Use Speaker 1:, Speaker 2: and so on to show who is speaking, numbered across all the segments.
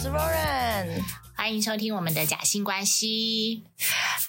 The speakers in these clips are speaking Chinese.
Speaker 1: 是 Roran。
Speaker 2: 欢迎收听我们的假性关系。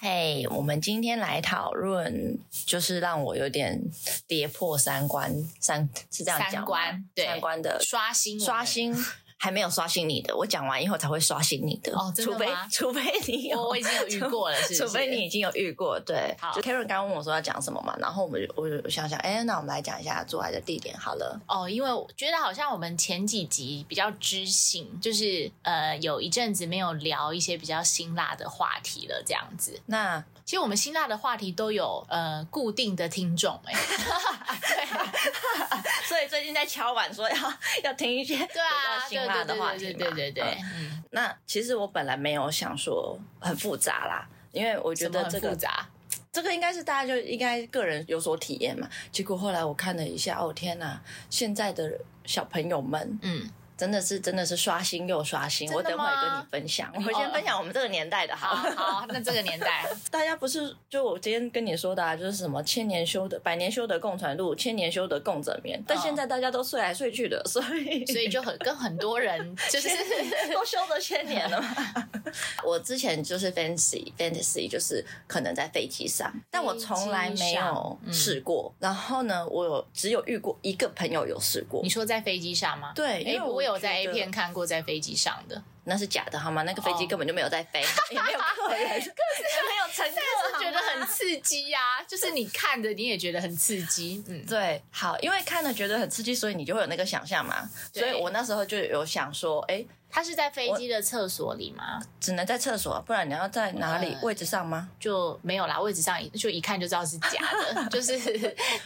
Speaker 1: 嘿我们今天来讨论，就是让我有点跌破三观，三是这样讲吗
Speaker 2: 三观对
Speaker 1: 三观的
Speaker 2: 刷新我们
Speaker 1: 刷。新，还没有刷新你的，我讲完以后才会刷新你的。
Speaker 2: 哦真
Speaker 1: 除
Speaker 2: 的
Speaker 1: 非
Speaker 2: 吗
Speaker 1: 除非你有
Speaker 2: 我我已经有遇过 了，是不是
Speaker 1: 除非你已经有遇过，对。
Speaker 2: 好
Speaker 1: 就 Karen 刚问我说要讲什么嘛，然后我们就我就想想，哎，那我们来讲一下做爱的地点好了。
Speaker 2: 哦，因为我觉得好像我们前几集比较知性，就是呃有一阵子没有聊一些比较辛辣的话题了，这样子。
Speaker 1: 那
Speaker 2: 其实我们辛辣的话题都有呃固定的听众哎、
Speaker 1: 所以最近在敲碗说要 要听一些比
Speaker 2: 对啊，
Speaker 1: 较辛
Speaker 2: 对
Speaker 1: 辣
Speaker 2: 对
Speaker 1: 的话
Speaker 2: 对
Speaker 1: 题
Speaker 2: 对
Speaker 1: 嘛
Speaker 2: 对对对，
Speaker 1: 嗯
Speaker 2: 嗯，
Speaker 1: 那其实我本来没有想说很复杂啦，因为我觉
Speaker 2: 什么
Speaker 1: 得
Speaker 2: 很
Speaker 1: 这
Speaker 2: 复
Speaker 1: 个
Speaker 2: 杂，
Speaker 1: 这个应该是大家就应该个人有所体验嘛。结果后来我看了一下，哦天哪，现在的小朋友们
Speaker 2: 嗯，
Speaker 1: 真的是真的是刷新又刷新。
Speaker 2: 真的
Speaker 1: 我等会
Speaker 2: 吗哦
Speaker 1: 跟你分享，我先分享我们这个年代的好
Speaker 2: 好
Speaker 1: 了。
Speaker 2: 好，那这个年代，
Speaker 1: 大家不是就我今天跟你说的，啊，就是什么千年修得百年修得共船渡，千年修得共枕眠。但
Speaker 2: 哦
Speaker 1: 现在大家都睡来睡去的，所以
Speaker 2: 所以就很跟很多人 就是。
Speaker 1: 都修了千年了嘛。 我之前就是 fantasy fantasy，就是可能在飞机上，但我从来没有
Speaker 2: 嗯
Speaker 1: 试过。然后呢，我有只有遇过一个朋友有试过
Speaker 2: 你，说在飞机上吗？
Speaker 1: 对，因
Speaker 2: 哎、
Speaker 1: 为
Speaker 2: 我有
Speaker 1: 觉
Speaker 2: 在 A
Speaker 1: 得
Speaker 2: 片看过在飞机上的，
Speaker 1: 那是假的好吗？那个飞机
Speaker 2: 哦
Speaker 1: 根本就没有在飞，也没有客 人，也没有乘客，
Speaker 2: 觉得很刺激呀、就是你看着你也觉得很刺激，嗯，
Speaker 1: 对，好，因为看了觉得很刺激，所以你就会有那个想象嘛。
Speaker 2: 对
Speaker 1: 所以我那时候就有想说，哎，
Speaker 2: 他是在飞机的厕所里吗？
Speaker 1: 只能在厕所，啊不然你要在哪里
Speaker 2: 嗯
Speaker 1: 位置上吗？
Speaker 2: 就没有啦，位置上就一看就知道是假 的，就是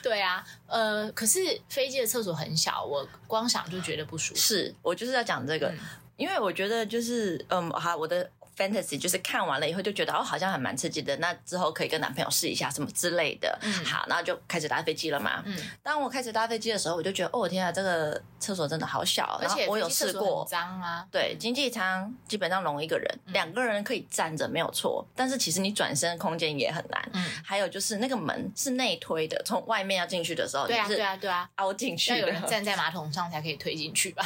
Speaker 2: 对啊，呃，可是飞机的厕所很小，我光想就觉得不舒服。
Speaker 1: 是我就是要讲这个，
Speaker 2: 嗯
Speaker 1: 因为我觉得就是嗯，好，我的 fantasy 就是看完了以后就觉得哦，好像还蛮刺激的，那之后可以跟男朋友试一下什么之类的。好，然后就开始搭飞机了嘛。
Speaker 2: 嗯
Speaker 1: 当我开始搭飞机的时候，我就觉得哦，天啊，这个厕所真的好小，啊
Speaker 2: 而且
Speaker 1: 然后我有
Speaker 2: 飞机厕
Speaker 1: 试
Speaker 2: 所很
Speaker 1: 过。
Speaker 2: 脏嗯啊，
Speaker 1: 对，经济舱基本上容一个人，两个人可以站着没有错，但是其实你转身空间也很难。
Speaker 2: 嗯
Speaker 1: 还有就是那个门是内推的，从外面要进去的时候，
Speaker 2: 对啊，
Speaker 1: 你
Speaker 2: 对
Speaker 1: 是
Speaker 2: 啊，对啊，
Speaker 1: 凹进去
Speaker 2: 要有
Speaker 1: 的。
Speaker 2: 人站在马桶上才可以推进去吧？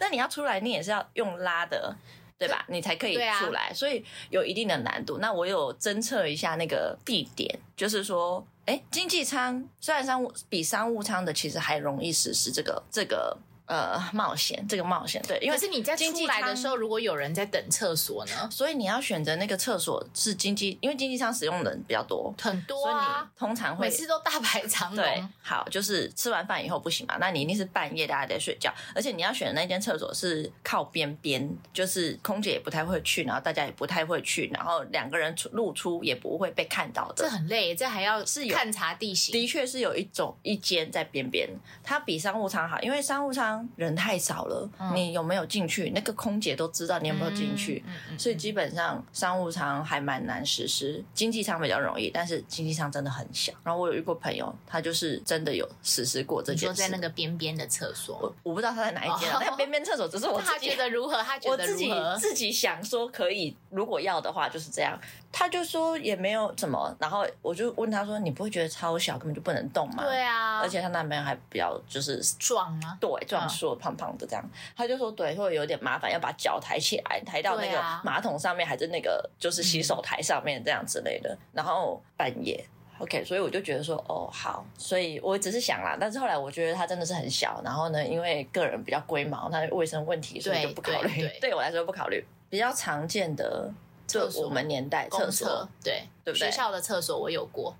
Speaker 1: 那你要出来，你也是要用拉的，对吧？你才可以
Speaker 2: 对啊
Speaker 1: 出来，所以有一定的难度。那我有侦测一下那个地点，就是说，哎，经济舱虽然商务比商务舱的其实还容易实施这个这个呃冒险，这个冒险对，因为
Speaker 2: 可是你在
Speaker 1: 经
Speaker 2: 出
Speaker 1: 济
Speaker 2: 来的
Speaker 1: 舱
Speaker 2: 时候，如果有人在等厕所呢，
Speaker 1: 所以你要选择那个厕所是经济，因为经济舱使用的人比较多，
Speaker 2: 很多
Speaker 1: 所以你
Speaker 2: 啊，
Speaker 1: 通常会
Speaker 2: 每次都大排长
Speaker 1: 对
Speaker 2: 龙。，
Speaker 1: 好，就是吃完饭以后不行嘛，那你一定是半夜大家在睡觉，而且你要选的那间厕所是靠边边，就是空姐也不太会去，然后大家也不太会去，然后两个人出露出也不会被看到
Speaker 2: 这
Speaker 1: 的。
Speaker 2: 很累，这还要
Speaker 1: 是有
Speaker 2: 看察地形，啊
Speaker 1: 的确是有一种一间在边边，它比商务舱好，因为商务舱人太少了，
Speaker 2: 嗯
Speaker 1: 你有没有进去，那个空姐都知道你有没有进去，
Speaker 2: 嗯嗯嗯
Speaker 1: 所以基本上商务舱还蛮难实施，经济舱比较容易，但是经济舱真的很小。然后我有遇过朋友，他就是真的有实施过这
Speaker 2: 你
Speaker 1: 件
Speaker 2: 说
Speaker 1: 事。
Speaker 2: 在那个边边的厕所，
Speaker 1: 我我不知道他在哪一间、啊
Speaker 2: 哦，
Speaker 1: 那个边边厕所只是我
Speaker 2: 他
Speaker 1: 自
Speaker 2: 觉
Speaker 1: 己。
Speaker 2: 得如何？他觉
Speaker 1: 我
Speaker 2: 得
Speaker 1: 自
Speaker 2: 如
Speaker 1: 己
Speaker 2: 何？
Speaker 1: 自己想说可以，如果要的话就是这样。他就说也没有怎么，然后我就问他说：“你不会觉得超小，根本就不能动吗？”、
Speaker 2: 对啊，
Speaker 1: 而且她男朋友还比较就是
Speaker 2: 壮吗？
Speaker 1: 对，壮硕、胖胖的这样，他就说对，会有点麻烦，要把脚抬起来，抬到那
Speaker 2: 对
Speaker 1: 个
Speaker 2: 啊嗯
Speaker 1: 马桶上面，还是那个就是洗手台上面这样之类的。然后半夜，OK，所以我就觉得说，哦，好，所以我只是想啦，但是后来我觉得它真的是很小，然后呢，因为个人比较龟毛，那卫生问题，所以
Speaker 2: 对
Speaker 1: 就不考虑。
Speaker 2: 对对
Speaker 1: 我来说不考虑，比较常见的。就
Speaker 2: 厕所
Speaker 1: 我们年代
Speaker 2: 公
Speaker 1: 厕
Speaker 2: 厕
Speaker 1: 所，
Speaker 2: 对，
Speaker 1: 对不对
Speaker 2: 学校的厕所我有过，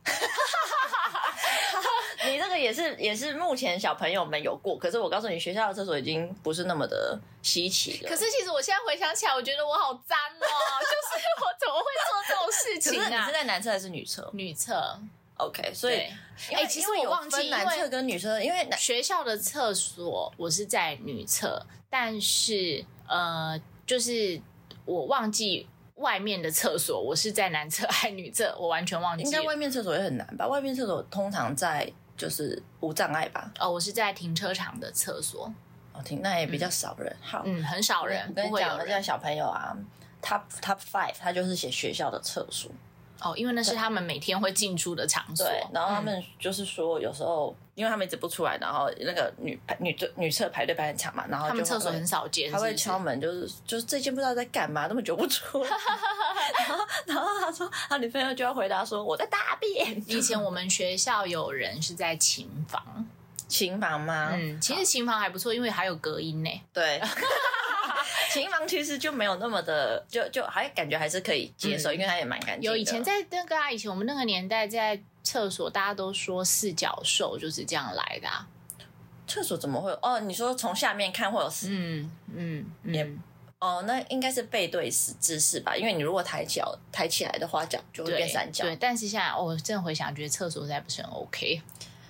Speaker 1: 你这个也是也是目前小朋友们有过，可是我告诉你，学校的厕所已经不是那么的稀奇了。
Speaker 2: 可是其实我现在回想起来，我觉得我好脏哦，就是我怎么会做这种事
Speaker 1: 可
Speaker 2: 情
Speaker 1: 是你
Speaker 2: 啊
Speaker 1: 是？在男厕还是女厕
Speaker 2: 女厕，
Speaker 1: ？OK，所以
Speaker 2: 对，
Speaker 1: 因为
Speaker 2: 哎其实
Speaker 1: 因为
Speaker 2: 我
Speaker 1: 有
Speaker 2: 忘记
Speaker 1: 分男
Speaker 2: 因为
Speaker 1: 厕跟女厕，因为男
Speaker 2: 学校的厕所我是在女厕，但是呃，就是我忘记外面的厕所我是在男厕还是女厕，我完全忘
Speaker 1: 应
Speaker 2: 记
Speaker 1: 该
Speaker 2: 了。
Speaker 1: 外面厕所也很难吧？外面厕所通常在就是无障碍吧？
Speaker 2: 哦，我是在停车场的厕所，
Speaker 1: 哦，听那也比较少人。好，
Speaker 2: 嗯，很少
Speaker 1: 我
Speaker 2: 人，
Speaker 1: 跟
Speaker 2: 不
Speaker 1: 你
Speaker 2: 会
Speaker 1: 讲，
Speaker 2: 有
Speaker 1: 那
Speaker 2: 人。
Speaker 1: 个小朋友啊，top top five，他就是写学校的厕所。
Speaker 2: 哦，因为那是他们每天会进出的场所。
Speaker 1: 对，然后他们就是说，有时候、因为他们一直不出来，然后那个女排女队女厕排队排很长嘛，然后
Speaker 2: 他
Speaker 1: 就
Speaker 2: 们厕所
Speaker 1: 会
Speaker 2: 很少见，
Speaker 1: 他
Speaker 2: 是
Speaker 1: 会
Speaker 2: 不是
Speaker 1: 敲门，就是就是最近不知道在干嘛，那么久不 出来。然后然后他说，他女朋友就要回答说我在大便。
Speaker 2: 以前我们学校有人是在琴房，
Speaker 1: 琴房吗？
Speaker 2: 嗯，其实琴房还不错，因为还有隔音呢。
Speaker 1: 对。 琴房其实就没有那么的，就就还感觉还是可以接受，
Speaker 2: 嗯
Speaker 1: 因为它也蛮干净
Speaker 2: 有
Speaker 1: 的。
Speaker 2: 以前在那个啊，以前我们那个年代在厕所，大家都说四角兽就是这样来的、啊。
Speaker 1: 厕所怎么会有？哦，你说从下面看会有死？
Speaker 2: 嗯嗯
Speaker 1: 也
Speaker 2: 嗯，
Speaker 1: 哦，那应该是背对死姿势吧？因为你如果抬脚抬起来的话，脚就会
Speaker 2: 对
Speaker 1: 变三角。
Speaker 2: 对，但是现在哦我真的回想，觉得厕所实在不是很 OK。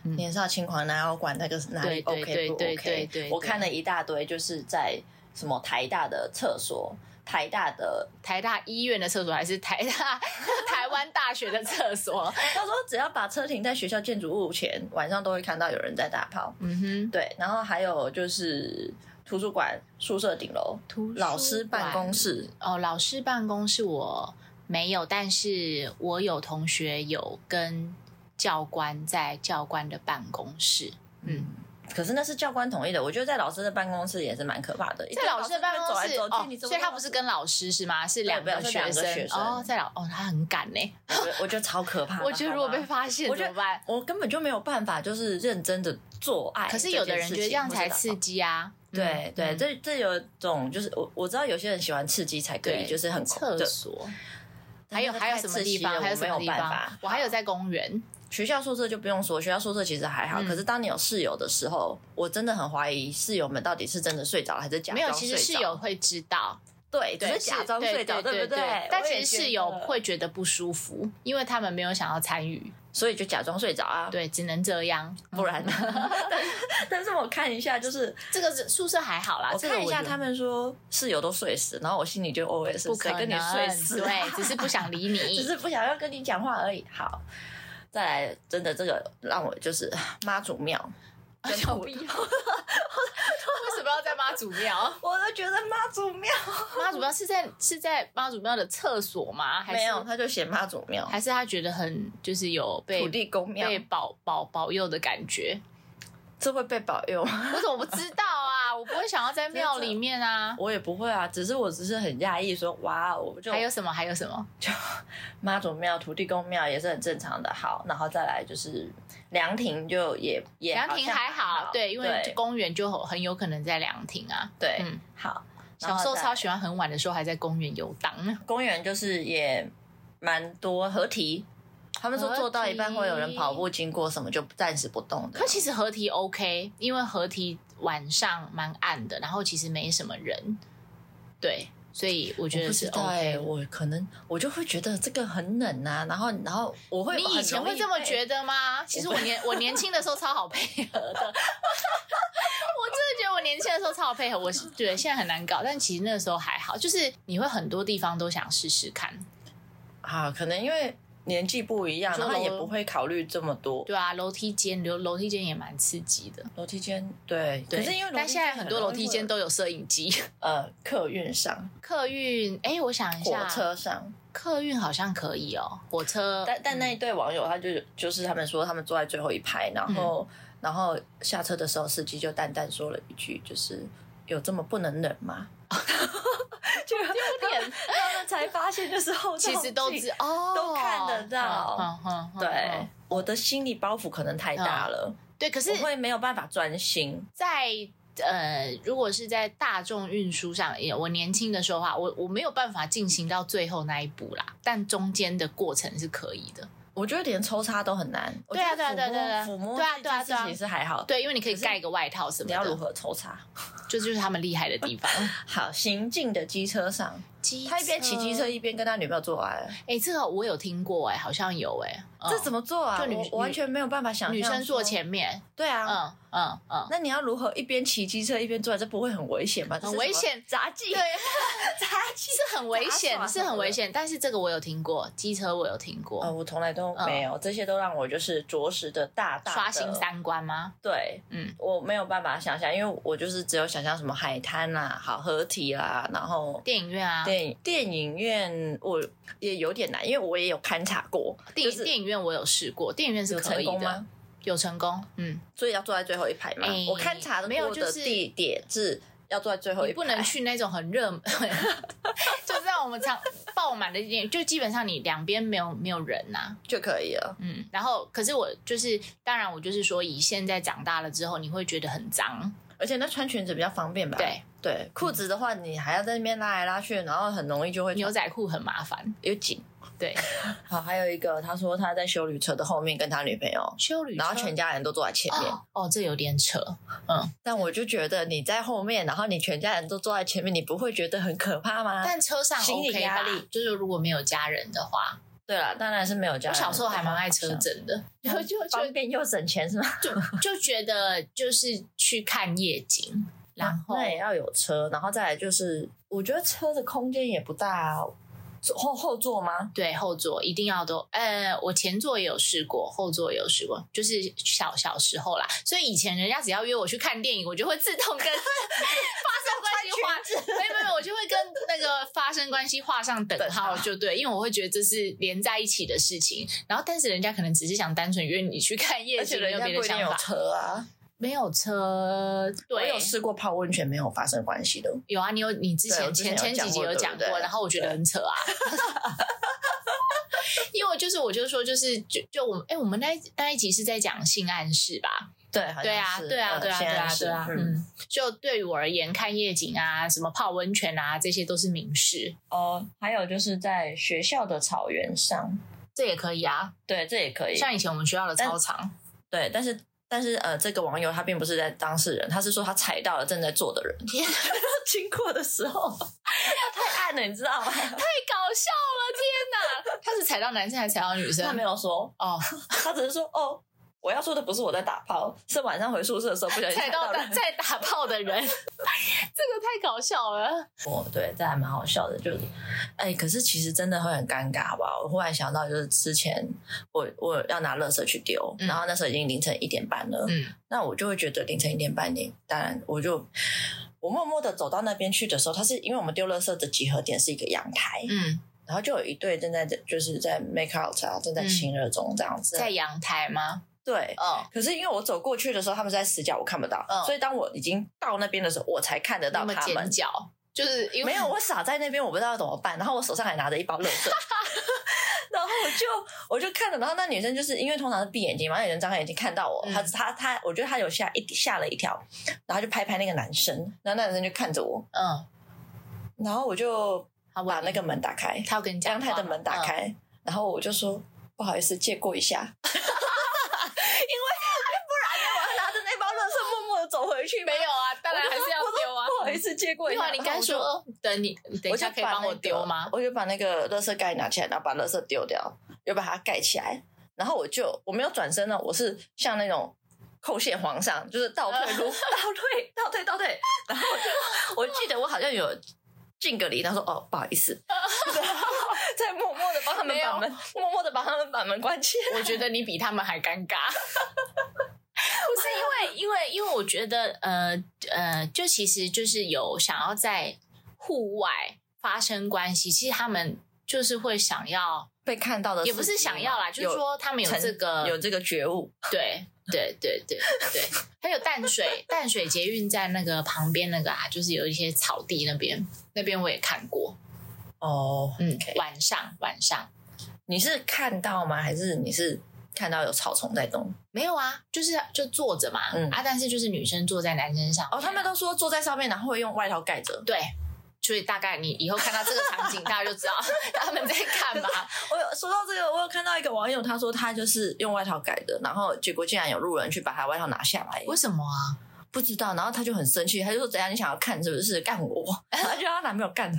Speaker 1: 年少轻狂哪有管那个是哪里
Speaker 2: 对对
Speaker 1: OK 不 OK？
Speaker 2: 对对对对
Speaker 1: 我看了一大堆，就是在什么台大的厕所、台大的，
Speaker 2: 台大医院的厕所还是台大 台湾大学的厕所？
Speaker 1: 他说只要把车停在学校建筑物前，晚上都会看到有人在打炮。
Speaker 2: 嗯哼，
Speaker 1: 对，然后还有就是图书馆、宿舍顶楼、
Speaker 2: 图书
Speaker 1: 老师办公
Speaker 2: 馆
Speaker 1: 室，
Speaker 2: 哦，老师办公室我没有，但是我有同学有跟教官在教官的办公室。嗯，
Speaker 1: 可是那是教官同意的。我觉得在老师的办公室也是蛮可怕的，
Speaker 2: 在老师的办公
Speaker 1: 一
Speaker 2: 室
Speaker 1: 堆老师会走来走去，
Speaker 2: 哦
Speaker 1: 你，怎么
Speaker 2: 所以他
Speaker 1: 知道
Speaker 2: 不是跟老师是吗？是两
Speaker 1: 对
Speaker 2: 个
Speaker 1: 不是两个学生
Speaker 2: 哦，在老哦，他很敢呢、
Speaker 1: 我觉得我觉得超可怕的。
Speaker 2: 我觉得如果
Speaker 1: 好吗
Speaker 2: 被发现
Speaker 1: 我觉
Speaker 2: 怎
Speaker 1: 得
Speaker 2: 么办？
Speaker 1: 我根本就没有办法，就是认真的做爱。
Speaker 2: 可是有的人觉得这样才刺
Speaker 1: 激。
Speaker 2: 激啊。
Speaker 1: 对
Speaker 2: 嗯
Speaker 1: 对，
Speaker 2: 嗯
Speaker 1: 这这有一种就是我我知道有些人喜欢刺激才可以，
Speaker 2: 对
Speaker 1: 就是很恐
Speaker 2: 厕
Speaker 1: 对
Speaker 2: 所。还有
Speaker 1: 那个
Speaker 2: 还有
Speaker 1: 太
Speaker 2: 什么
Speaker 1: 刺
Speaker 2: 地
Speaker 1: 激
Speaker 2: 方？
Speaker 1: 了
Speaker 2: 还有
Speaker 1: 我
Speaker 2: 什
Speaker 1: 没
Speaker 2: 么
Speaker 1: 有
Speaker 2: 地
Speaker 1: 办
Speaker 2: 方
Speaker 1: 法？
Speaker 2: 我还有在公园，
Speaker 1: 学校宿舍就不用说，学校宿舍其实还好。
Speaker 2: 嗯
Speaker 1: 可是当你有室友的时候，我真的很怀疑室友们到底是真的睡着了还是假装
Speaker 2: 没有，其实
Speaker 1: 睡
Speaker 2: 室
Speaker 1: 着
Speaker 2: 友会知道，
Speaker 1: 对，只
Speaker 2: 对，
Speaker 1: 是假装睡着，
Speaker 2: 对
Speaker 1: 不对？
Speaker 2: 但
Speaker 1: 我
Speaker 2: 其
Speaker 1: 也
Speaker 2: 实
Speaker 1: 觉
Speaker 2: 室友
Speaker 1: 得，
Speaker 2: 会觉得不舒服，因为他们没有想要参与，
Speaker 1: 所以就假装睡着啊，
Speaker 2: 对，只能这样。
Speaker 1: 不 然呢。但是但是我看一下，就是
Speaker 2: 这个是宿舍还好啦，
Speaker 1: 我
Speaker 2: 啊这个
Speaker 1: 看一下
Speaker 2: 有
Speaker 1: 他们说室友都睡死，然后我心里就 OS
Speaker 2: 不可
Speaker 1: 谁
Speaker 2: 能
Speaker 1: 跟你睡死啊，
Speaker 2: 对，只是不想理
Speaker 1: 只
Speaker 2: 你。
Speaker 1: 是不想要跟你讲话而已。好，再来，真的这个让我就是 啊妈祖庙，跟
Speaker 2: 有
Speaker 1: 普
Speaker 2: 必要？ 为什么要在妈祖庙？
Speaker 1: 我都觉得妈祖庙
Speaker 2: 妈祖庙是在是在妈祖庙的厕所吗？还是
Speaker 1: 没有，，他就写妈祖庙，
Speaker 2: 还是他觉得很就是有被
Speaker 1: 土地公庙，
Speaker 2: 被保保保佑的感觉？
Speaker 1: 这会被保佑吗？
Speaker 2: 我怎么不知道啊？我不会想要在庙里面啊。
Speaker 1: 我也不会啊，只是我只是很讶异说，哇，哦我 就
Speaker 2: 还有什么？还有什么？
Speaker 1: 妈祖庙、土地公庙也是很正常的。好，然后再来就是凉亭，就也也
Speaker 2: 凉亭
Speaker 1: 好像
Speaker 2: 还好，对，因为
Speaker 1: 对
Speaker 2: 公园就很有可能在凉亭啊。
Speaker 1: 对、
Speaker 2: 嗯，
Speaker 1: 好。然
Speaker 2: 小
Speaker 1: 后
Speaker 2: 时候
Speaker 1: 再
Speaker 2: 超喜欢很晚的时候还在公园游荡呢。
Speaker 1: 公园就是也蛮多合体，他们说
Speaker 2: 合
Speaker 1: 做到一半
Speaker 2: 体
Speaker 1: 会有人跑步经过什么，就暂时不动的
Speaker 2: 可。其实合体 OK，因为合体晚上蛮暗的，然后其实没什么人，对，所以我觉
Speaker 1: 我
Speaker 2: 得
Speaker 1: 不
Speaker 2: 是
Speaker 1: 知道哎、
Speaker 2: OK 的。
Speaker 1: 我可能我就会觉得这个很冷啊，然后然后我会
Speaker 2: 你以前会这么觉
Speaker 1: 得？
Speaker 2: 得吗？其实我年我年轻的时候超好配 合的，我真的觉得我年轻的时候超好配合。我是觉得现在很难搞，但其实那个时候还好，就是你会很多地方都想试试看，
Speaker 1: 啊，可能因为年纪不一样，
Speaker 2: 你说
Speaker 1: 然后也
Speaker 2: 楼
Speaker 1: 不会考虑这么多。
Speaker 2: 对啊，楼梯间楼楼梯间也蛮刺激的。
Speaker 1: 楼梯间对，
Speaker 2: 对
Speaker 1: 可是因为楼梯
Speaker 2: 但现在
Speaker 1: 间
Speaker 2: 很多楼
Speaker 1: 容易
Speaker 2: 梯间都有摄影机，
Speaker 1: 呃客运上、
Speaker 2: 客运哎、我想一
Speaker 1: 火
Speaker 2: 下，
Speaker 1: 车上，
Speaker 2: 客运好像可以哦，火车，
Speaker 1: 但但
Speaker 2: 嗯
Speaker 1: 那一对网友他就就是他们说他们坐在最后一排，然后、然后下车的时候，司机就淡淡说了一句，就是有这么不能忍吗？ 就
Speaker 2: 有点
Speaker 1: 他们才发现，就是后照
Speaker 2: 其实都
Speaker 1: 镜
Speaker 2: 知哦，
Speaker 1: 都看得到
Speaker 2: 嗯嗯嗯，
Speaker 1: 对
Speaker 2: 嗯。
Speaker 1: 我的心理包袱可能太大了，
Speaker 2: 对，嗯可是
Speaker 1: 我会没有办法专心。
Speaker 2: 在呃，如果是在大众运输上，也我年轻的时候啊，我我没有办法进行到最后那一步啦，但中间的过程是可以的。
Speaker 1: 我觉得连抽插都很难。
Speaker 2: 对啊
Speaker 1: 我觉得
Speaker 2: 对啊对啊
Speaker 1: 抚摸
Speaker 2: 对啊
Speaker 1: 抚摸
Speaker 2: 对啊
Speaker 1: 这件事情是还好，
Speaker 2: 对，因为你可以
Speaker 1: 可是
Speaker 2: 盖个外套什么
Speaker 1: 你要如
Speaker 2: 的，
Speaker 1: 何抽插？
Speaker 2: 这就是他们厉害的地 方。
Speaker 1: 好，行进的机车上，
Speaker 2: 机
Speaker 1: 他一边骑机车，一边跟他女朋友做爱，
Speaker 2: 哎、这个我有听过、哎，好像有、哎、嗯
Speaker 1: 这怎么做啊？
Speaker 2: 就女
Speaker 1: 我我完全没有办法想象。
Speaker 2: 女生坐，前面？
Speaker 1: 对啊，
Speaker 2: 嗯嗯嗯，
Speaker 1: 那你要如何一边骑机车一边做爱？这不会很危险吗？这是
Speaker 2: 很危
Speaker 1: 什么
Speaker 2: 险，
Speaker 1: 杂技，
Speaker 2: 对，
Speaker 1: 杂技。
Speaker 2: 是很危
Speaker 1: 杂耍
Speaker 2: 险，
Speaker 1: 什
Speaker 2: 是
Speaker 1: 么
Speaker 2: 很危
Speaker 1: 的
Speaker 2: 险。但是这个我有听过，机车我有听过，
Speaker 1: 呃，我从来都没有，这些都让我就是着实的大大
Speaker 2: 嗯
Speaker 1: 的
Speaker 2: 刷新。三观吗？
Speaker 1: 对，
Speaker 2: 嗯，
Speaker 1: 我没有办啊法想象，因为我就是只有想象什么海滩啦、好合体啦，然后
Speaker 2: 电影院啊，
Speaker 1: 电影电影院我也有点难，因为我也有勘察过，
Speaker 2: 电
Speaker 1: 就是
Speaker 2: 电影院我有试过，电影院是
Speaker 1: 有
Speaker 2: 可
Speaker 1: 成
Speaker 2: 以
Speaker 1: 功
Speaker 2: 的
Speaker 1: 吗，？
Speaker 2: 有成功，嗯，
Speaker 1: 所以要坐在最后一排嘛。
Speaker 2: 哎
Speaker 1: 我勘察的
Speaker 2: 没有
Speaker 1: 过的
Speaker 2: 就是
Speaker 1: 地点是要坐在最后一
Speaker 2: 你
Speaker 1: 排，
Speaker 2: 不能去那种很热门， 就是让我们常爆满的电影，就基本上你两边没有没有人呐、
Speaker 1: 就可以了。
Speaker 2: 嗯，然后可是我就是，当然我就是说，以现在长大了之后，你会觉得很脏，
Speaker 1: 而且那穿裙子比较方便吧？
Speaker 2: 对，
Speaker 1: 对，裤子的话你还要在那边拉来拉去，然后很容易就会
Speaker 2: 牛仔裤很麻烦，
Speaker 1: 有紧。
Speaker 2: 对，
Speaker 1: 好，还有一个他说他在修旅车的后面跟他女朋友，
Speaker 2: 修旅车，
Speaker 1: 然后全家啊人都坐在前面。
Speaker 2: 哦哦，这有点扯，
Speaker 1: 但我就觉得你在后面，然后你全家人都坐在前面，你不会觉得很可怕吗？
Speaker 2: 但车上
Speaker 1: 心理
Speaker 2: OK
Speaker 1: 压
Speaker 2: 吧
Speaker 1: 力？
Speaker 2: 就是如果没有家人的话，
Speaker 1: 对啦，当然是没有家人。
Speaker 2: 我小时候还蛮爱车 震的，就就
Speaker 1: 方
Speaker 2: 就
Speaker 1: 便又省钱是吗？
Speaker 2: 就就觉得就是去看夜景，
Speaker 1: 啊
Speaker 2: 然后
Speaker 1: 那也要有车，然后再来就是，我觉得车的空间也不大、啊，后后座吗？
Speaker 2: 对后座一定要都，呃，我前座也有试过，后座也有试过，就是小小时候啦。所以以前人家只要约我去看电影，我就会自动跟 发生关系画，没有没有，我就会跟那个发生关系画上等号，
Speaker 1: 等号
Speaker 2: 就对，因为我会觉得这是连在一起的事情。然后，但是人家可能只是想单纯约你去看夜
Speaker 1: 而且
Speaker 2: 景，没
Speaker 1: 人
Speaker 2: 有
Speaker 1: 家
Speaker 2: 别的
Speaker 1: 不一定
Speaker 2: 想
Speaker 1: 有
Speaker 2: 法。
Speaker 1: 车啊。
Speaker 2: 没有车，
Speaker 1: 我
Speaker 2: 对，
Speaker 1: 有试过泡温泉，没有发生关系的。
Speaker 2: 有啊，你有你之
Speaker 1: 对
Speaker 2: 前
Speaker 1: 我之前
Speaker 2: 前前
Speaker 1: 有讲
Speaker 2: 几集
Speaker 1: 过
Speaker 2: 有
Speaker 1: 对不
Speaker 2: 讲
Speaker 1: 对
Speaker 2: 过，然后我觉得很扯啊。 因为我就是我就说就是就就我们哎、我们那一那一集是在讲性暗示吧？
Speaker 1: 对，好像
Speaker 2: 对啊，
Speaker 1: 是
Speaker 2: 对啊，
Speaker 1: 嗯
Speaker 2: 对啊，
Speaker 1: 现
Speaker 2: 对
Speaker 1: 在
Speaker 2: 啊，
Speaker 1: 是
Speaker 2: 对啊。
Speaker 1: 嗯，
Speaker 2: 嗯，就对于我而言，看夜景啊，什么泡温泉啊，这些都是明示，
Speaker 1: 哦，还有就是在学校的草原上，
Speaker 2: 这也可以啊。
Speaker 1: 对，这也可以。
Speaker 2: 像以前我们学校的
Speaker 1: 但
Speaker 2: 操场，
Speaker 1: 对，但是但是呃，这个网友他并不是在当事人，他是说他踩到了正在坐的 人，
Speaker 2: 天，
Speaker 1: 经过的时候太暗了，你知道吗？
Speaker 2: 太搞笑了！天哪， 他是踩到男生还是踩到女生
Speaker 1: 他？没有说，
Speaker 2: 哦，
Speaker 1: 他只是说哦，我要说的不是我在打炮，是晚上回宿舍的时候不小心
Speaker 2: 踩到
Speaker 1: 的。
Speaker 2: 在打炮的人，这 个太搞笑了。
Speaker 1: 哦，对，这还蛮好笑的，就是，哎、可是其实真的会很尴尬，好不好？我忽然想到，就是之前我我要拿垃圾去丢，
Speaker 2: 嗯
Speaker 1: 然后那时候已经凌晨一点半了，
Speaker 2: 嗯。
Speaker 1: 那我就会觉得凌晨一点半，你当然我就。我默默的走到那边去的时候，它是因为我们丢垃圾的集合点是一个阳台，
Speaker 2: 嗯，
Speaker 1: 然后就有一对正在就是在 make out 啊，正在亲热中这样
Speaker 2: 嗯
Speaker 1: 子。
Speaker 2: 在阳台吗？
Speaker 1: 对，
Speaker 2: 哦，
Speaker 1: 可是因为我走过去的时候，他们是在死角，我看不到，
Speaker 2: 嗯
Speaker 1: 所以当我已经到那边的时候，我才看得
Speaker 2: 那
Speaker 1: 到
Speaker 2: 么
Speaker 1: 他
Speaker 2: 尖
Speaker 1: 们。
Speaker 2: 角，就是因为
Speaker 1: 没有，我傻在那边，我不知道怎么办。然后我手上还拿着一包垃 圾，然后我就我就看着，然后那女生就是因为通常是闭眼睛嘛，那女生张开眼睛看到我，
Speaker 2: 嗯
Speaker 1: 她她她，我觉得她有吓一吓了一跳，然后就拍拍那个男生，然后那男生就看着我，
Speaker 2: 嗯，
Speaker 1: 然后我就
Speaker 2: 他问
Speaker 1: 把
Speaker 2: 你
Speaker 1: 那个门打开，
Speaker 2: 他要跟你讲
Speaker 1: 阳台
Speaker 2: 话
Speaker 1: 的
Speaker 2: 吗
Speaker 1: 门打，
Speaker 2: 嗯
Speaker 1: 开，然后我就说不好意思，借过 一下，因为 不然我要拿着那包垃圾默默的走回去，
Speaker 2: 没有啊，当然还是要丢啊，
Speaker 1: 不好意
Speaker 2: 思。
Speaker 1: 思借过一
Speaker 2: 对
Speaker 1: 下。
Speaker 2: 啊，你刚说
Speaker 1: 然后
Speaker 2: 哦等你等一
Speaker 1: 我就，
Speaker 2: 下可以帮我丢吗？
Speaker 1: 我就把那个？我就把那个垃圾盖拿起来，然后把垃圾丢掉，又把它盖起来，然后我就我没有转身呢，哦我是像那种。叩谢皇上，就是倒退 如倒退，倒退，倒退。然后我就，我记得我好像有敬个礼，他说：“哦，不好意 思。”然后再默默的帮他们
Speaker 2: 没有
Speaker 1: 把门，默默的帮他们把门关起来。
Speaker 2: 我觉得你比他们还尴尬。 不是因为，因为，因为我觉得，呃呃，就其实就是有想要在户外发生关系，其实他们就是会想要，
Speaker 1: 被看到的
Speaker 2: 也不是想要啦，就是说他们有
Speaker 1: 成
Speaker 2: 这个
Speaker 1: 有这个觉悟，
Speaker 2: 对对对对对，还有淡水淡水捷运站那个旁边那个啊，就是有一些草地那边，那边我也看过。
Speaker 1: 哦，
Speaker 2: 嗯
Speaker 1: OK
Speaker 2: 晚上晚上
Speaker 1: 你是看到吗？还是你是看到有草丛在动？
Speaker 2: 没有啊，就是就坐着嘛、
Speaker 1: 嗯
Speaker 2: 啊，但是就是女生坐在男生上面啊
Speaker 1: 哦，他们都说坐在上面，然后会用外套盖着。
Speaker 2: 对。所以大概你以后看到这个场景，大家就知道 他们在干嘛。
Speaker 1: 我有说到这个，我有看到一个网友，他说他就是用外套盖的，然后结果竟然有路人去把他外套拿下来，
Speaker 2: 为
Speaker 1: 我
Speaker 2: 什么啊？
Speaker 1: 不知道，然后他就很生气，他就说：“怎样？你想要看是不是？干我！” 然后就让他男朋友干他，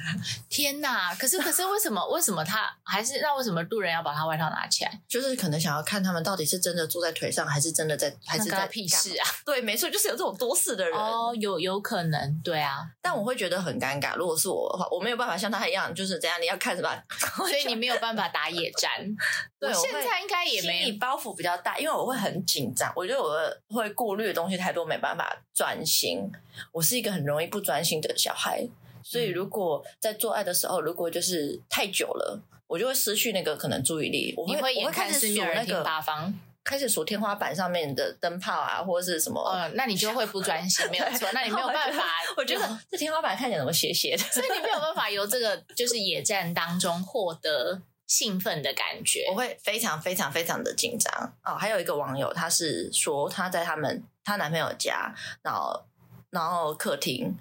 Speaker 2: 天哪！可是可是为什么为什么他还是那为什么路人要把他外套拿起来？
Speaker 1: 就是可能想要看他们到底是真的坐在腿上，还是真的在，还是
Speaker 2: 那
Speaker 1: 在
Speaker 2: 关他屁
Speaker 1: 干嘛
Speaker 2: 事啊！
Speaker 1: 对，没错，就是有这种多事的人。
Speaker 2: 哦，有有可能，对啊。
Speaker 1: 但我会觉得很尴尬。如果是我的话，我没有办法像他一样，就是怎样你要看什么，
Speaker 2: 所以你没有办法打野战。
Speaker 1: 对
Speaker 2: 我
Speaker 1: 我会
Speaker 2: 现在应该也
Speaker 1: 心
Speaker 2: 没
Speaker 1: 理包袱比较大，因为我会很紧张，我觉得我会顾虑的东西太多，没办法专心。我是一个很容易不专心的小孩，所
Speaker 2: 嗯
Speaker 1: 以如果在做爱的时候，如果就是太久了，我就会失去那个可能注意力，我
Speaker 2: 你
Speaker 1: 会我
Speaker 2: 眼
Speaker 1: 会开
Speaker 2: 看
Speaker 1: 始
Speaker 2: 四
Speaker 1: 数
Speaker 2: 面，
Speaker 1: 那
Speaker 2: 耳听
Speaker 1: 个，
Speaker 2: 八方。
Speaker 1: 开始数天花板上面的灯泡啊，或者是什么。
Speaker 2: 呃，那你就会不专心， 没有错。那你没有办法，
Speaker 1: 我觉得这天花板看起来怎么斜斜的，
Speaker 2: 所以你没有办法由这个就是野战当中获得兴奋的感觉
Speaker 1: 我。会非常非常非常的紧张哦。还有一个网友，她是说她在他们她男朋友家，然后然后客厅，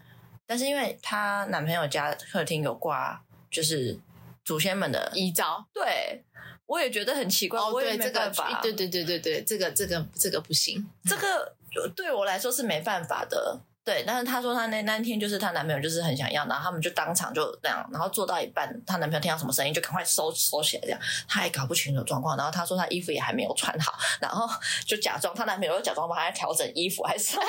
Speaker 1: 但是因为她男朋友家客厅有挂就是祖先们的，
Speaker 2: 依照
Speaker 1: 对我也觉得很奇怪，
Speaker 2: 哦，
Speaker 1: 我也
Speaker 2: 对
Speaker 1: 没
Speaker 2: 这
Speaker 1: 办
Speaker 2: 个
Speaker 1: 法，，
Speaker 2: 对对对对对，这个这个这个不行。
Speaker 1: 这个对我来说是没办法的。对，但是她说她那那天就是她男朋友就是很想要，然后他们就当场就那样，然后做到一半，她男朋友听到什么声音就赶快收收起来，这样她还搞不清楚状况。然后她说她衣服也还没有穿好，然后就假装她男朋友又假装帮她调整衣服，还是什 么。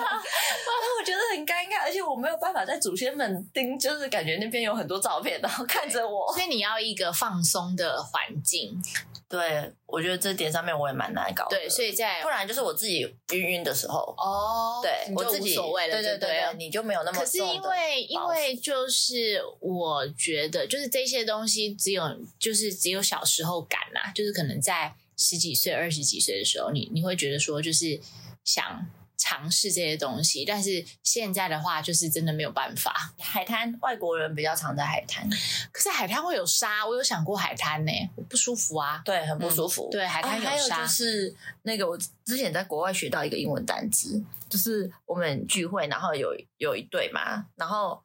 Speaker 1: 那我觉得很尴尬，而且我没有办法在祖先们盯，就是感觉那边有很多照片，然后看着我。
Speaker 2: 所以你要一个放松的环境，
Speaker 1: 对，我觉得这点上面我也蛮难搞的。
Speaker 2: 对，所以在
Speaker 1: 不然就是我自己晕晕的时候，
Speaker 2: 哦，
Speaker 1: 对
Speaker 2: 你
Speaker 1: 我
Speaker 2: 就
Speaker 1: 自
Speaker 2: 无
Speaker 1: 己
Speaker 2: 所谓了，
Speaker 1: 对
Speaker 2: 对
Speaker 1: 对
Speaker 2: 了
Speaker 1: 对，你就没有那么
Speaker 2: 可是
Speaker 1: 重的
Speaker 2: 因为因
Speaker 1: 包
Speaker 2: 为就是我觉得就是这些东西只有就是只有小时候感啦、就是可能在十几岁、二十几岁的时候，你你会觉得说就是想尝试这些东西，但是现在的话就是真的没有办法。
Speaker 1: 海滩，外国人比较常在海滩，
Speaker 2: 可是海滩会有沙，我有想过海滩呢、我不舒服啊。
Speaker 1: 对，很不舒服。
Speaker 2: 对，海
Speaker 1: 啊
Speaker 2: 滩
Speaker 1: 还有
Speaker 2: 沙，
Speaker 1: 就是那个，我之前在国外学到一个英文单词，就是我们聚会，然后有有一对嘛，然后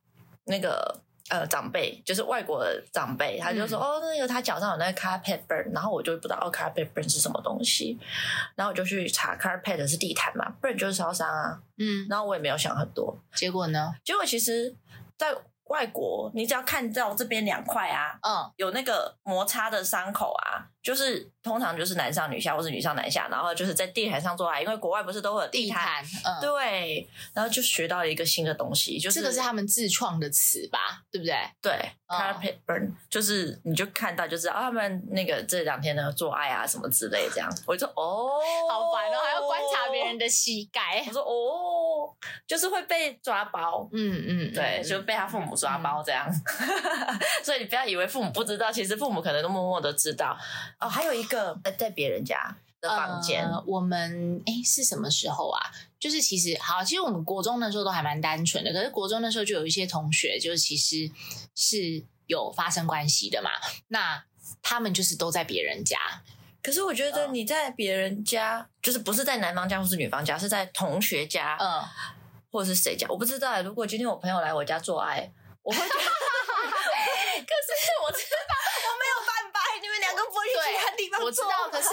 Speaker 1: 那个呃长辈，就是外国的长辈，他就说、哦，那个他脚上有那个 carpet burn，然后我就不知道哦 carpet burn 是什么东西，然后我就去查 carpet 是地毯嘛，burn 就是烧伤啊，
Speaker 2: 嗯，
Speaker 1: 然后我也没有想很多，
Speaker 2: 结果呢？
Speaker 1: 结果其实，在外国，你只要看到这边两块啊，
Speaker 2: 嗯，
Speaker 1: 有那个摩擦的伤口啊，就是通常就是男上女下，或是女上男下，然后就是在地毯上做爱，因为国外不是都会有
Speaker 2: 地
Speaker 1: 地毯。
Speaker 2: 毯，嗯，
Speaker 1: 对，然后就学到了一个新的东西，就是哦
Speaker 2: 这个是他们自创的词吧，对不对？
Speaker 1: 对
Speaker 2: 嗯
Speaker 1: carpet burn，、就是你就看到就知道、啊、他们那个这两天的做爱啊什么之类这样，我就哦，
Speaker 2: 好烦哦，还要观察别人，的膝盖
Speaker 1: 我。说哦，就是会被抓包，
Speaker 2: 嗯嗯，
Speaker 1: 对，
Speaker 2: 嗯
Speaker 1: 就被他父母抓包这样。 所以你不要以为父母不知道，其实父母可能都默默的知道。哦，还有一个呃在别人家的房间，
Speaker 2: 呃我们哎是什么时候啊？就是其实好，其实我们国中的时候都还蛮单纯的，可是国中的时候就有一些同学，就是其实是有发生关系的嘛。那他们就是都在别人家，
Speaker 1: 可是我觉得你在别人家，就是不是在男方家或是女方家，是在同学家、
Speaker 2: 嗯、
Speaker 1: 或者是谁家，我不知道。欸如果今天我朋友来我家做爱，我会觉 得
Speaker 2: 可是我知
Speaker 1: 半白，你们两个不会
Speaker 2: 对
Speaker 1: 他地
Speaker 2: 我知道，
Speaker 1: 啊
Speaker 2: 可是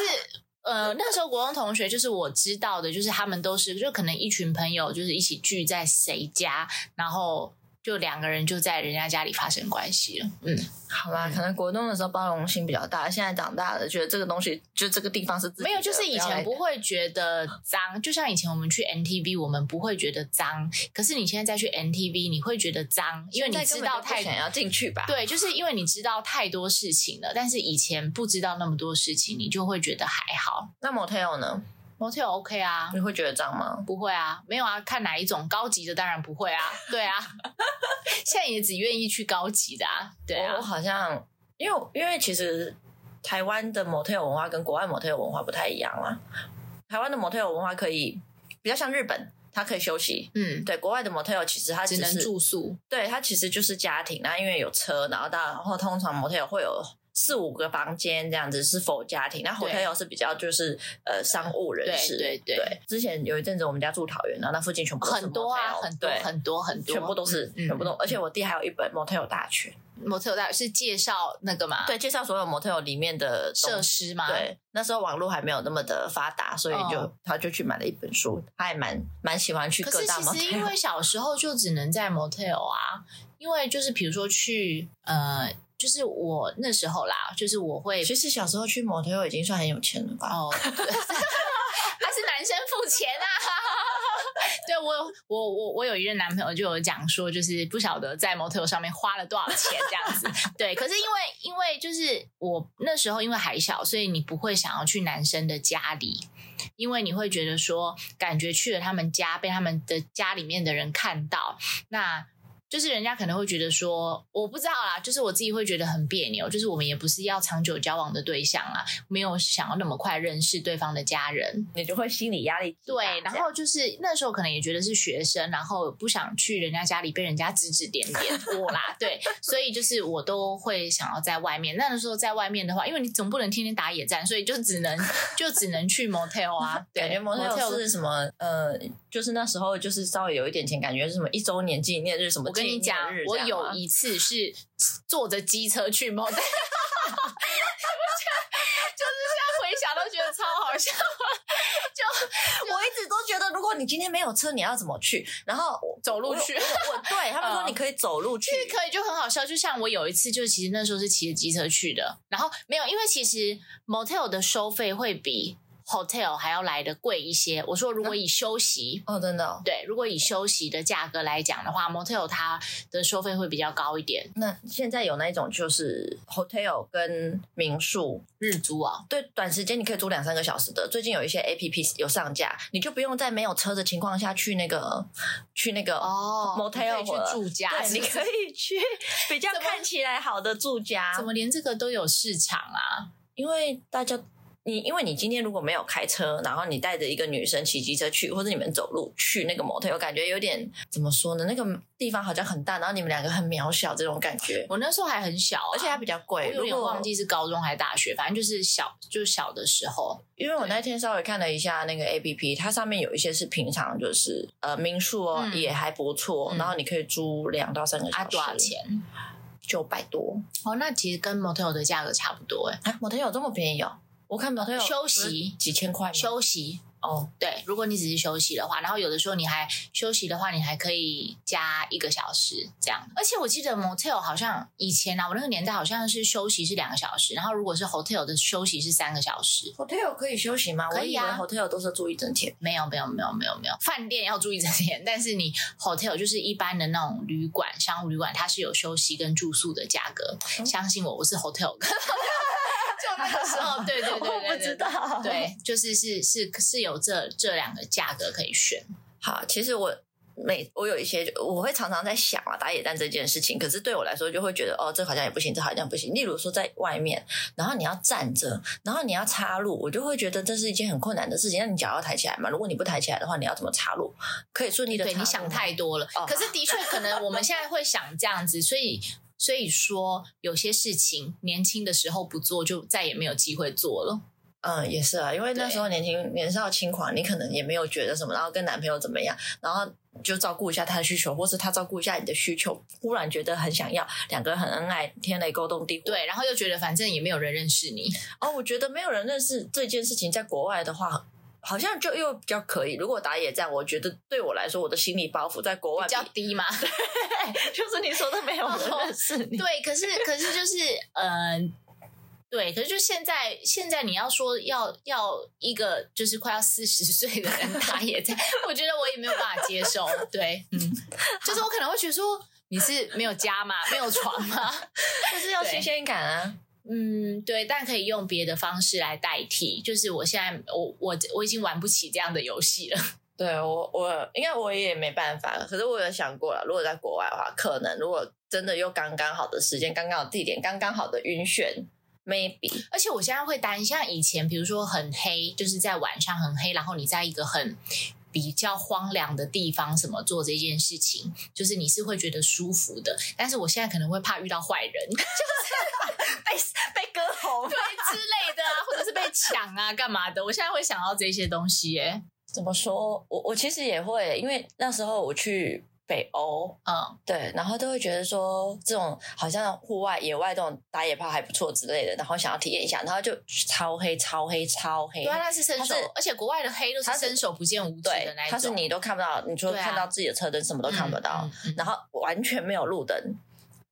Speaker 2: 呃，那时候国中同学就是我知道的，就是他们都是就可能一群朋友就是一起聚在谁家，然后就两个人就在人家家里发生关系了。嗯，
Speaker 1: 好吧，可能国中的时候包容性比较大，现在长大了觉得这个东西就这个地方是自己的
Speaker 2: 没有，就是以
Speaker 1: 要来
Speaker 2: 前不会觉得脏，就像以前我们去 NTV，我们不会觉得脏。可是你现在再去 NTV，你会觉得脏，因为你
Speaker 1: 现在根
Speaker 2: 知
Speaker 1: 本就
Speaker 2: 道
Speaker 1: 不
Speaker 2: 太
Speaker 1: 想要进去吧？
Speaker 2: 对，就是因为你知道太多事情了。但是以前不知道那么多事情，你就会觉得还好。
Speaker 1: 那 motel 呢？
Speaker 2: motel OK 啊，
Speaker 1: 你会觉得脏吗？
Speaker 2: 不会啊，没有啊，看哪一种高级的当然不会啊，对啊， 现在也只愿意去高级的啊，对啊
Speaker 1: 我，好像因为因为其实台湾的 motel 文化跟国外 motel 文化不太一样啦。台湾的 motel 文化可以比较像日本，它可以休息。
Speaker 2: 嗯，
Speaker 1: 对，国外的 motel 其实它只
Speaker 2: 只能
Speaker 1: 是
Speaker 2: 住宿，
Speaker 1: 对它其实就是家庭，那因为有车，然后到然后通常 motel 会有四五个房间这样子是否家庭，那
Speaker 2: 对
Speaker 1: hotel 是比较就是呃商务人
Speaker 2: 对
Speaker 1: 士。
Speaker 2: 对对
Speaker 1: 之前有一阵子我们家住桃园，然后那附近全部都是
Speaker 2: 很多啊，
Speaker 1: motel，
Speaker 2: 很多
Speaker 1: 对
Speaker 2: 很多很多，嗯
Speaker 1: 全部都是，全部都，而且我弟还有一本 motel 大全，
Speaker 2: motel 大是介绍那个嘛，
Speaker 1: 对，介绍所有 motel 里面的东
Speaker 2: 啊设
Speaker 1: 西。啊
Speaker 2: 施嘛，，
Speaker 1: 对，那时候网络还没有那么的发达，所以就、
Speaker 2: 哦
Speaker 1: 他就去买了一本书，他还蛮蛮喜欢去
Speaker 2: 可
Speaker 1: 各
Speaker 2: 是
Speaker 1: 大
Speaker 2: 其实因
Speaker 1: motel。
Speaker 2: 为小时候就只能在 motel 啊，因为就是比如说去呃，就是我那时候啦，就是我会
Speaker 1: 其实小时候去 motel 已经算很有钱了吧？
Speaker 2: 哦，对 他是男生付钱啊。 对我有我我我有一任男朋友就有讲说，就是不晓得在 motel 上面花了多少钱这样子。对，可是因为因为就是我那时候因为还小，所以你不会想要去男生的家里，因为你会觉得说，感觉去了他们家，被他们的家里面的人看到，那就是人家可能会觉得说，我不知道啦，就是我自己会觉得很别扭，就是我们也不是要长久交往的对象啊，没有想要那么快认识对方的家人，
Speaker 1: 你就会心理压力极大
Speaker 2: 对，然
Speaker 1: 这样
Speaker 2: 后就是那时候可能也觉得是学生，然后不想去人家家里被人家指指点点我啦，对，所以就是我都会想要在外面。那时候在外面的话，因为你总不能天天打野战，所以就只能就只能去 motel 啊，对，
Speaker 1: 感觉模特
Speaker 2: motel
Speaker 1: 是什么？呃，就是那时候就是稍微有一点钱，感觉是什么一周年纪念日什么
Speaker 2: 我跟
Speaker 1: 纪
Speaker 2: 你
Speaker 1: 念
Speaker 2: 讲
Speaker 1: 日，
Speaker 2: 我
Speaker 1: 这样吗啊
Speaker 2: 有一次是坐着机车去某 就是现在回想都觉得超好笑。
Speaker 1: 我一直都觉得，如果你今天没有车，你要怎么去？然后我
Speaker 2: 走路去
Speaker 1: 我我我对他们说
Speaker 2: 嗯
Speaker 1: 你可以走路去，
Speaker 2: 可以就很好笑，就像我有一次，就是其实那时候是骑着机车去的，然后没有，因为其实 motel 的收费会比 hotel 还要来的贵一些。我说如果以休息，
Speaker 1: 哦，真的哦、
Speaker 2: 对，如果以休息的价格来讲的话，motel 它的收费会比较高一点。
Speaker 1: 那现在有那一种就是 hotel 跟民宿，
Speaker 2: 日租啊，
Speaker 1: 对，短时间你可以租两三个小时的。最近有一些 A P P 有上架，你就不用在没有车的情况下去那个去那个，
Speaker 2: 哦
Speaker 1: motel
Speaker 2: 你可以
Speaker 1: 了
Speaker 2: 去住家，
Speaker 1: 对，你可以 去比较看起来好的住家，
Speaker 2: 怎么连这个都有市场啊？
Speaker 1: 因为大家。你因为你今天如果没有开车，然后你带着一个女生骑机车去，或者你们走路去那个 motel，感觉有点怎么说呢？那个地方好像很大，然后你们两个很渺小，这种感觉，
Speaker 2: 我那时候还很小、啊，
Speaker 1: 而且还比较
Speaker 2: 我
Speaker 1: 贵。
Speaker 2: 有
Speaker 1: 如
Speaker 2: 点
Speaker 1: 果
Speaker 2: 忘记是高中还是大学，反正就是小，就是小的时候。
Speaker 1: 因为我那天稍微看了一下那个 A P P，它上面有一些是平常就是呃民宿哦、
Speaker 2: 嗯
Speaker 1: 也还不错，
Speaker 2: 嗯
Speaker 1: 然后你可以租两到三个小时，
Speaker 2: 啊，多少？钱？
Speaker 1: 九百多
Speaker 2: 哦，那其实跟 motel 的价格差不多哎、
Speaker 1: 啊！摩天有这么便宜哦？嗯我看摩天有
Speaker 2: 休息
Speaker 1: 几千块吗？
Speaker 2: 休息，
Speaker 1: 哦，
Speaker 2: 对，如果你只是休息的话，然后有的时候你还休息的话，你还可以加一个小时这样。而且我记得 motel 好像以前啊，我那个年代好像是休息是两个小时，然后如果是 hotel 的休息是三个小时。
Speaker 1: hotel 可以休息吗？
Speaker 2: 可以啊
Speaker 1: 我以为 hotel 都是住一整天。
Speaker 2: 没有没有没有没有没有，饭店要注意这点，但是你 hotel 就是一般的那种旅馆、商务旅馆，它是有休息跟住宿的价格。
Speaker 1: 嗯
Speaker 2: 相信我，我是 hotel 跟就那个时候，对对对对对
Speaker 1: 我不知道。，
Speaker 2: 对，就是是是是有这这两个价格可以选。
Speaker 1: 好，其实我。每我有一些，我会常常在想啊，打野战这件事情。可是对我来说，就会觉得哦，这好像也不行，这好像不行。例如说，在外面，然后你要站着，然后你要插入，我就会觉得这是一件很困难的事情。那你脚要抬起来嘛？如果你不抬起来的话，你要怎么插入？可以顺利的
Speaker 2: 对，你想太多了。
Speaker 1: 哦
Speaker 2: 可是的确，可能我们现在会想这样子，所以所以说有些事情年轻的时候不做，就再也没有机会做了。
Speaker 1: 嗯，也是啊，因为那
Speaker 2: 对
Speaker 1: 时候年轻年少轻狂，你可能也没有觉得什么，然后跟男朋友怎么样，然后就照顾一下他的需求，或是他照顾一下你的需求，忽然觉得很想要，两个人很恩爱，天雷勾动地火。
Speaker 2: 对，然后又觉得反正也没有人认识你，
Speaker 1: 哦，我觉得没有人认识这件事情，在国外的话。好像就又比较可以。如果打野战，我觉得对我来说，我的心理包袱在国外哦
Speaker 2: 比较低嘛。
Speaker 1: 就是你说的没有人认识你。
Speaker 2: 对，可是可是就是嗯、呃对，可是就现在现在你要说要要一个就是快要四十岁的人打野战，我觉得我也没有办法接受。对，嗯，就是我可能会觉得说你是没有家吗？没有床吗？
Speaker 1: 就是要
Speaker 2: 对
Speaker 1: 新鲜感啊！
Speaker 2: 嗯，对，但可以用别的方式来代替。就是我现在我我我已经玩不起这样的游戏了。
Speaker 1: 对我，我应该我也没办法。可是我有想过了，如果在国外的话，可能如果真的又刚刚好的时间、刚刚好的地点、刚刚好的晕眩，maybe
Speaker 2: 而且我现在会担心，像以前比如说很黑，就是在晚上很黑，然后你在一个很。比较荒凉的地方，什么做这件事情，就是你是会觉得舒服的。但是我现在可能会怕遇到坏人，
Speaker 1: 被哎被割喉
Speaker 2: 对之类的啊，或者是被抢啊，干嘛的？我现在会想到这些东西耶、
Speaker 1: 怎么说？我我其实也会，因为那时候我去北欧，
Speaker 2: 嗯，
Speaker 1: 对，然后都会觉得说这种好像户外、野外这种打野炮还不错之类的，然后想要体验一下，然后就超黑、超黑、超黑
Speaker 2: 对。啊，那是伸
Speaker 1: 它
Speaker 2: 手
Speaker 1: 是，
Speaker 2: 而且国外的黑都是
Speaker 1: 它是
Speaker 2: 伸手不见五指
Speaker 1: 对
Speaker 2: 的那一，种，
Speaker 1: 它是你都看不到，你除了
Speaker 2: 对啊
Speaker 1: 看到自己的车灯，什么都看不到，
Speaker 2: 嗯嗯嗯
Speaker 1: 然后完全没有路灯，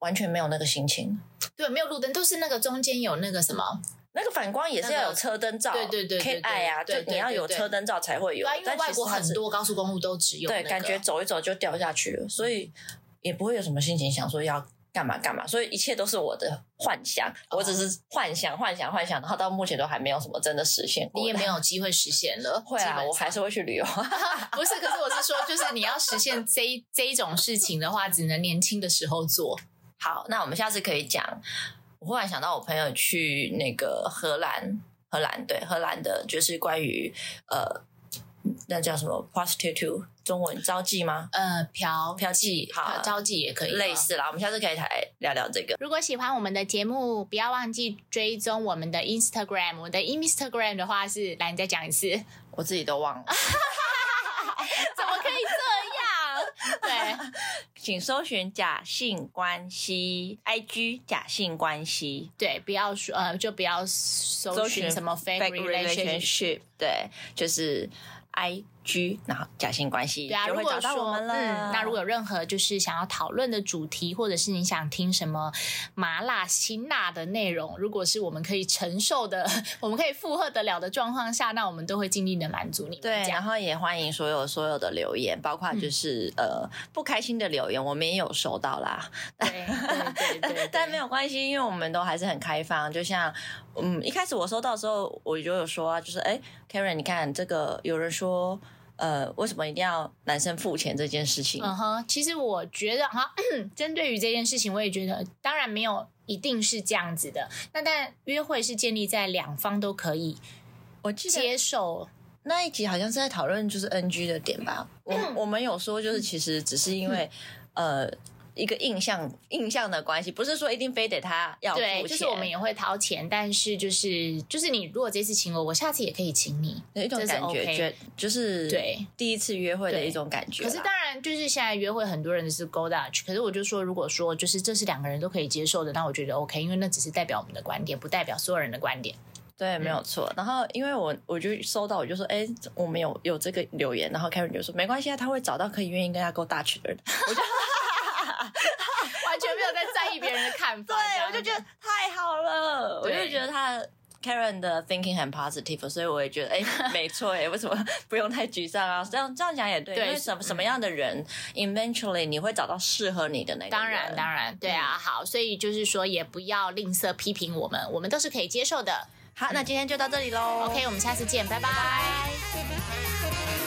Speaker 1: 完全没有那个心情。
Speaker 2: 对，没有路灯，都是那个中间有那个什么，
Speaker 1: 那个反光也是要
Speaker 2: 那
Speaker 1: 有
Speaker 2: 个
Speaker 1: 车灯照，
Speaker 2: 对对对对
Speaker 1: 可以爱啊，
Speaker 2: 对
Speaker 1: 就
Speaker 2: 对
Speaker 1: 你要有
Speaker 2: 对对
Speaker 1: 车灯照才会
Speaker 2: 对
Speaker 1: 有
Speaker 2: 啊，。因为
Speaker 1: 但
Speaker 2: 外
Speaker 1: 其实
Speaker 2: 国
Speaker 1: 它
Speaker 2: 很
Speaker 1: 是
Speaker 2: 多高速公路都只有、那
Speaker 1: 对，
Speaker 2: 个
Speaker 1: 感觉走一走就掉下去了，所以也不会有什么心情想说要干嘛干嘛，所以一切都是我的幻想，我只
Speaker 2: 哦
Speaker 1: 是幻想幻想幻想，然后到目前都还没有什么真的实现过。
Speaker 2: 你也没有机会实现了。
Speaker 1: 会
Speaker 2: 基本
Speaker 1: 啊，
Speaker 2: 上
Speaker 1: 我还是会去旅游。
Speaker 2: 不是，可是我是说，就是你要实现这一 这一种事情的话，只能年轻的时候做。
Speaker 1: 好，那我们下次可以讲。我忽然想到，我朋友去那个荷兰，荷兰对荷兰的，就是关于呃，那叫什么 prostitute，中文招妓吗？
Speaker 2: 呃，嫖
Speaker 1: 嫖妓，好，
Speaker 2: 交际也可以
Speaker 1: 类
Speaker 2: 吗
Speaker 1: 似啦。我们下次可以来聊聊这个。
Speaker 2: 如果喜欢我们的节目，不要忘记追踪我们的 Instagram。我们的 Instagram 的话是，来你再讲一次，怎
Speaker 1: 我自己都忘了，
Speaker 2: 么可以这样？
Speaker 1: 请搜寻假性关系，IG 假性关系，
Speaker 2: 对对，不要说呃，就不要搜寻什么 fake relationship。
Speaker 1: relationship，对，就是。I G，然后假性关系
Speaker 2: 对啊，
Speaker 1: 就
Speaker 2: 如
Speaker 1: 会
Speaker 2: 果
Speaker 1: 找
Speaker 2: 说
Speaker 1: 到我们了。
Speaker 2: 嗯，那如果有任何就是想要讨论的主题，或者是你想听什么麻辣辛辣的内容，如果是我们可以承受的， 我们可以负荷得了的状况下，那我们都会尽力的满足你们。
Speaker 1: 对，
Speaker 2: 这
Speaker 1: 然
Speaker 2: 样嗯
Speaker 1: 后也欢迎所有所有的留言，包括就是、呃不开心的留言，我们也有收到啦，，
Speaker 2: 对对对对 对
Speaker 1: 但没有关系，因为我们都还是很开放。就像嗯，一开始我收到的时候，我就有说、啊，就是哎，Karen，你看这个有人说。呃，为什么一定要男生付钱这件事情？
Speaker 2: 嗯哼，其实我觉得哈， 针对于这件事情，我也觉得，当然没有一定是这样子的。那但约会是建立在两方都可以
Speaker 1: 我记得
Speaker 2: 接受，
Speaker 1: 那一集好像是在讨论就是 NG 的点吧。我、
Speaker 2: 嗯
Speaker 1: 我们有说就是其实只是因为、呃一个印象印象的关系，不是说一定非得他要付钱。
Speaker 2: 对，就是我们也会掏钱，但是就是就是你如果这次请我，我下次也可以请你。
Speaker 1: 有一种
Speaker 2: 这是
Speaker 1: 感觉，
Speaker 2: OK
Speaker 1: 觉就是
Speaker 2: 对
Speaker 1: 第一次约会的
Speaker 2: 对
Speaker 1: 一种感觉
Speaker 2: 可
Speaker 1: 啦。
Speaker 2: 是当然，就是现在约会很多人是 go Dutch，可是我就说，如果说就是这是两个人都可以接受的，那我觉得 OK，因为那只是代表我们的观点，不代表所有人的观点。
Speaker 1: 对，
Speaker 2: 嗯
Speaker 1: 没有错。然后因为我我就收到，我就说，哎、我们有有这个留言，然后 Karen 就说没关系啊，他会找到可以愿意跟他勾搭群的人。
Speaker 2: 完全没有在在意别人的看 法。
Speaker 1: 对，
Speaker 2: 这样
Speaker 1: 我
Speaker 2: 子
Speaker 1: 就觉得太好了，我
Speaker 2: 对
Speaker 1: 就觉得他。Karen 的 thinking 很 positive，所以我也觉得， 哎、没错，哎，为什么不用太沮丧啊？这样这样讲也对，
Speaker 2: 对嗯
Speaker 1: 因为什么什么样的人、e v e n t u a l l y 你会找到适合你的那个人。
Speaker 2: 当然，当然，对啊，
Speaker 1: 嗯
Speaker 2: 好，所以就是说，也不要吝啬批评我们，我们都是可以接受的。
Speaker 1: 好，那今天就到这里喽。
Speaker 2: OK，我们下次见，拜拜
Speaker 3: Baby, baby, baby.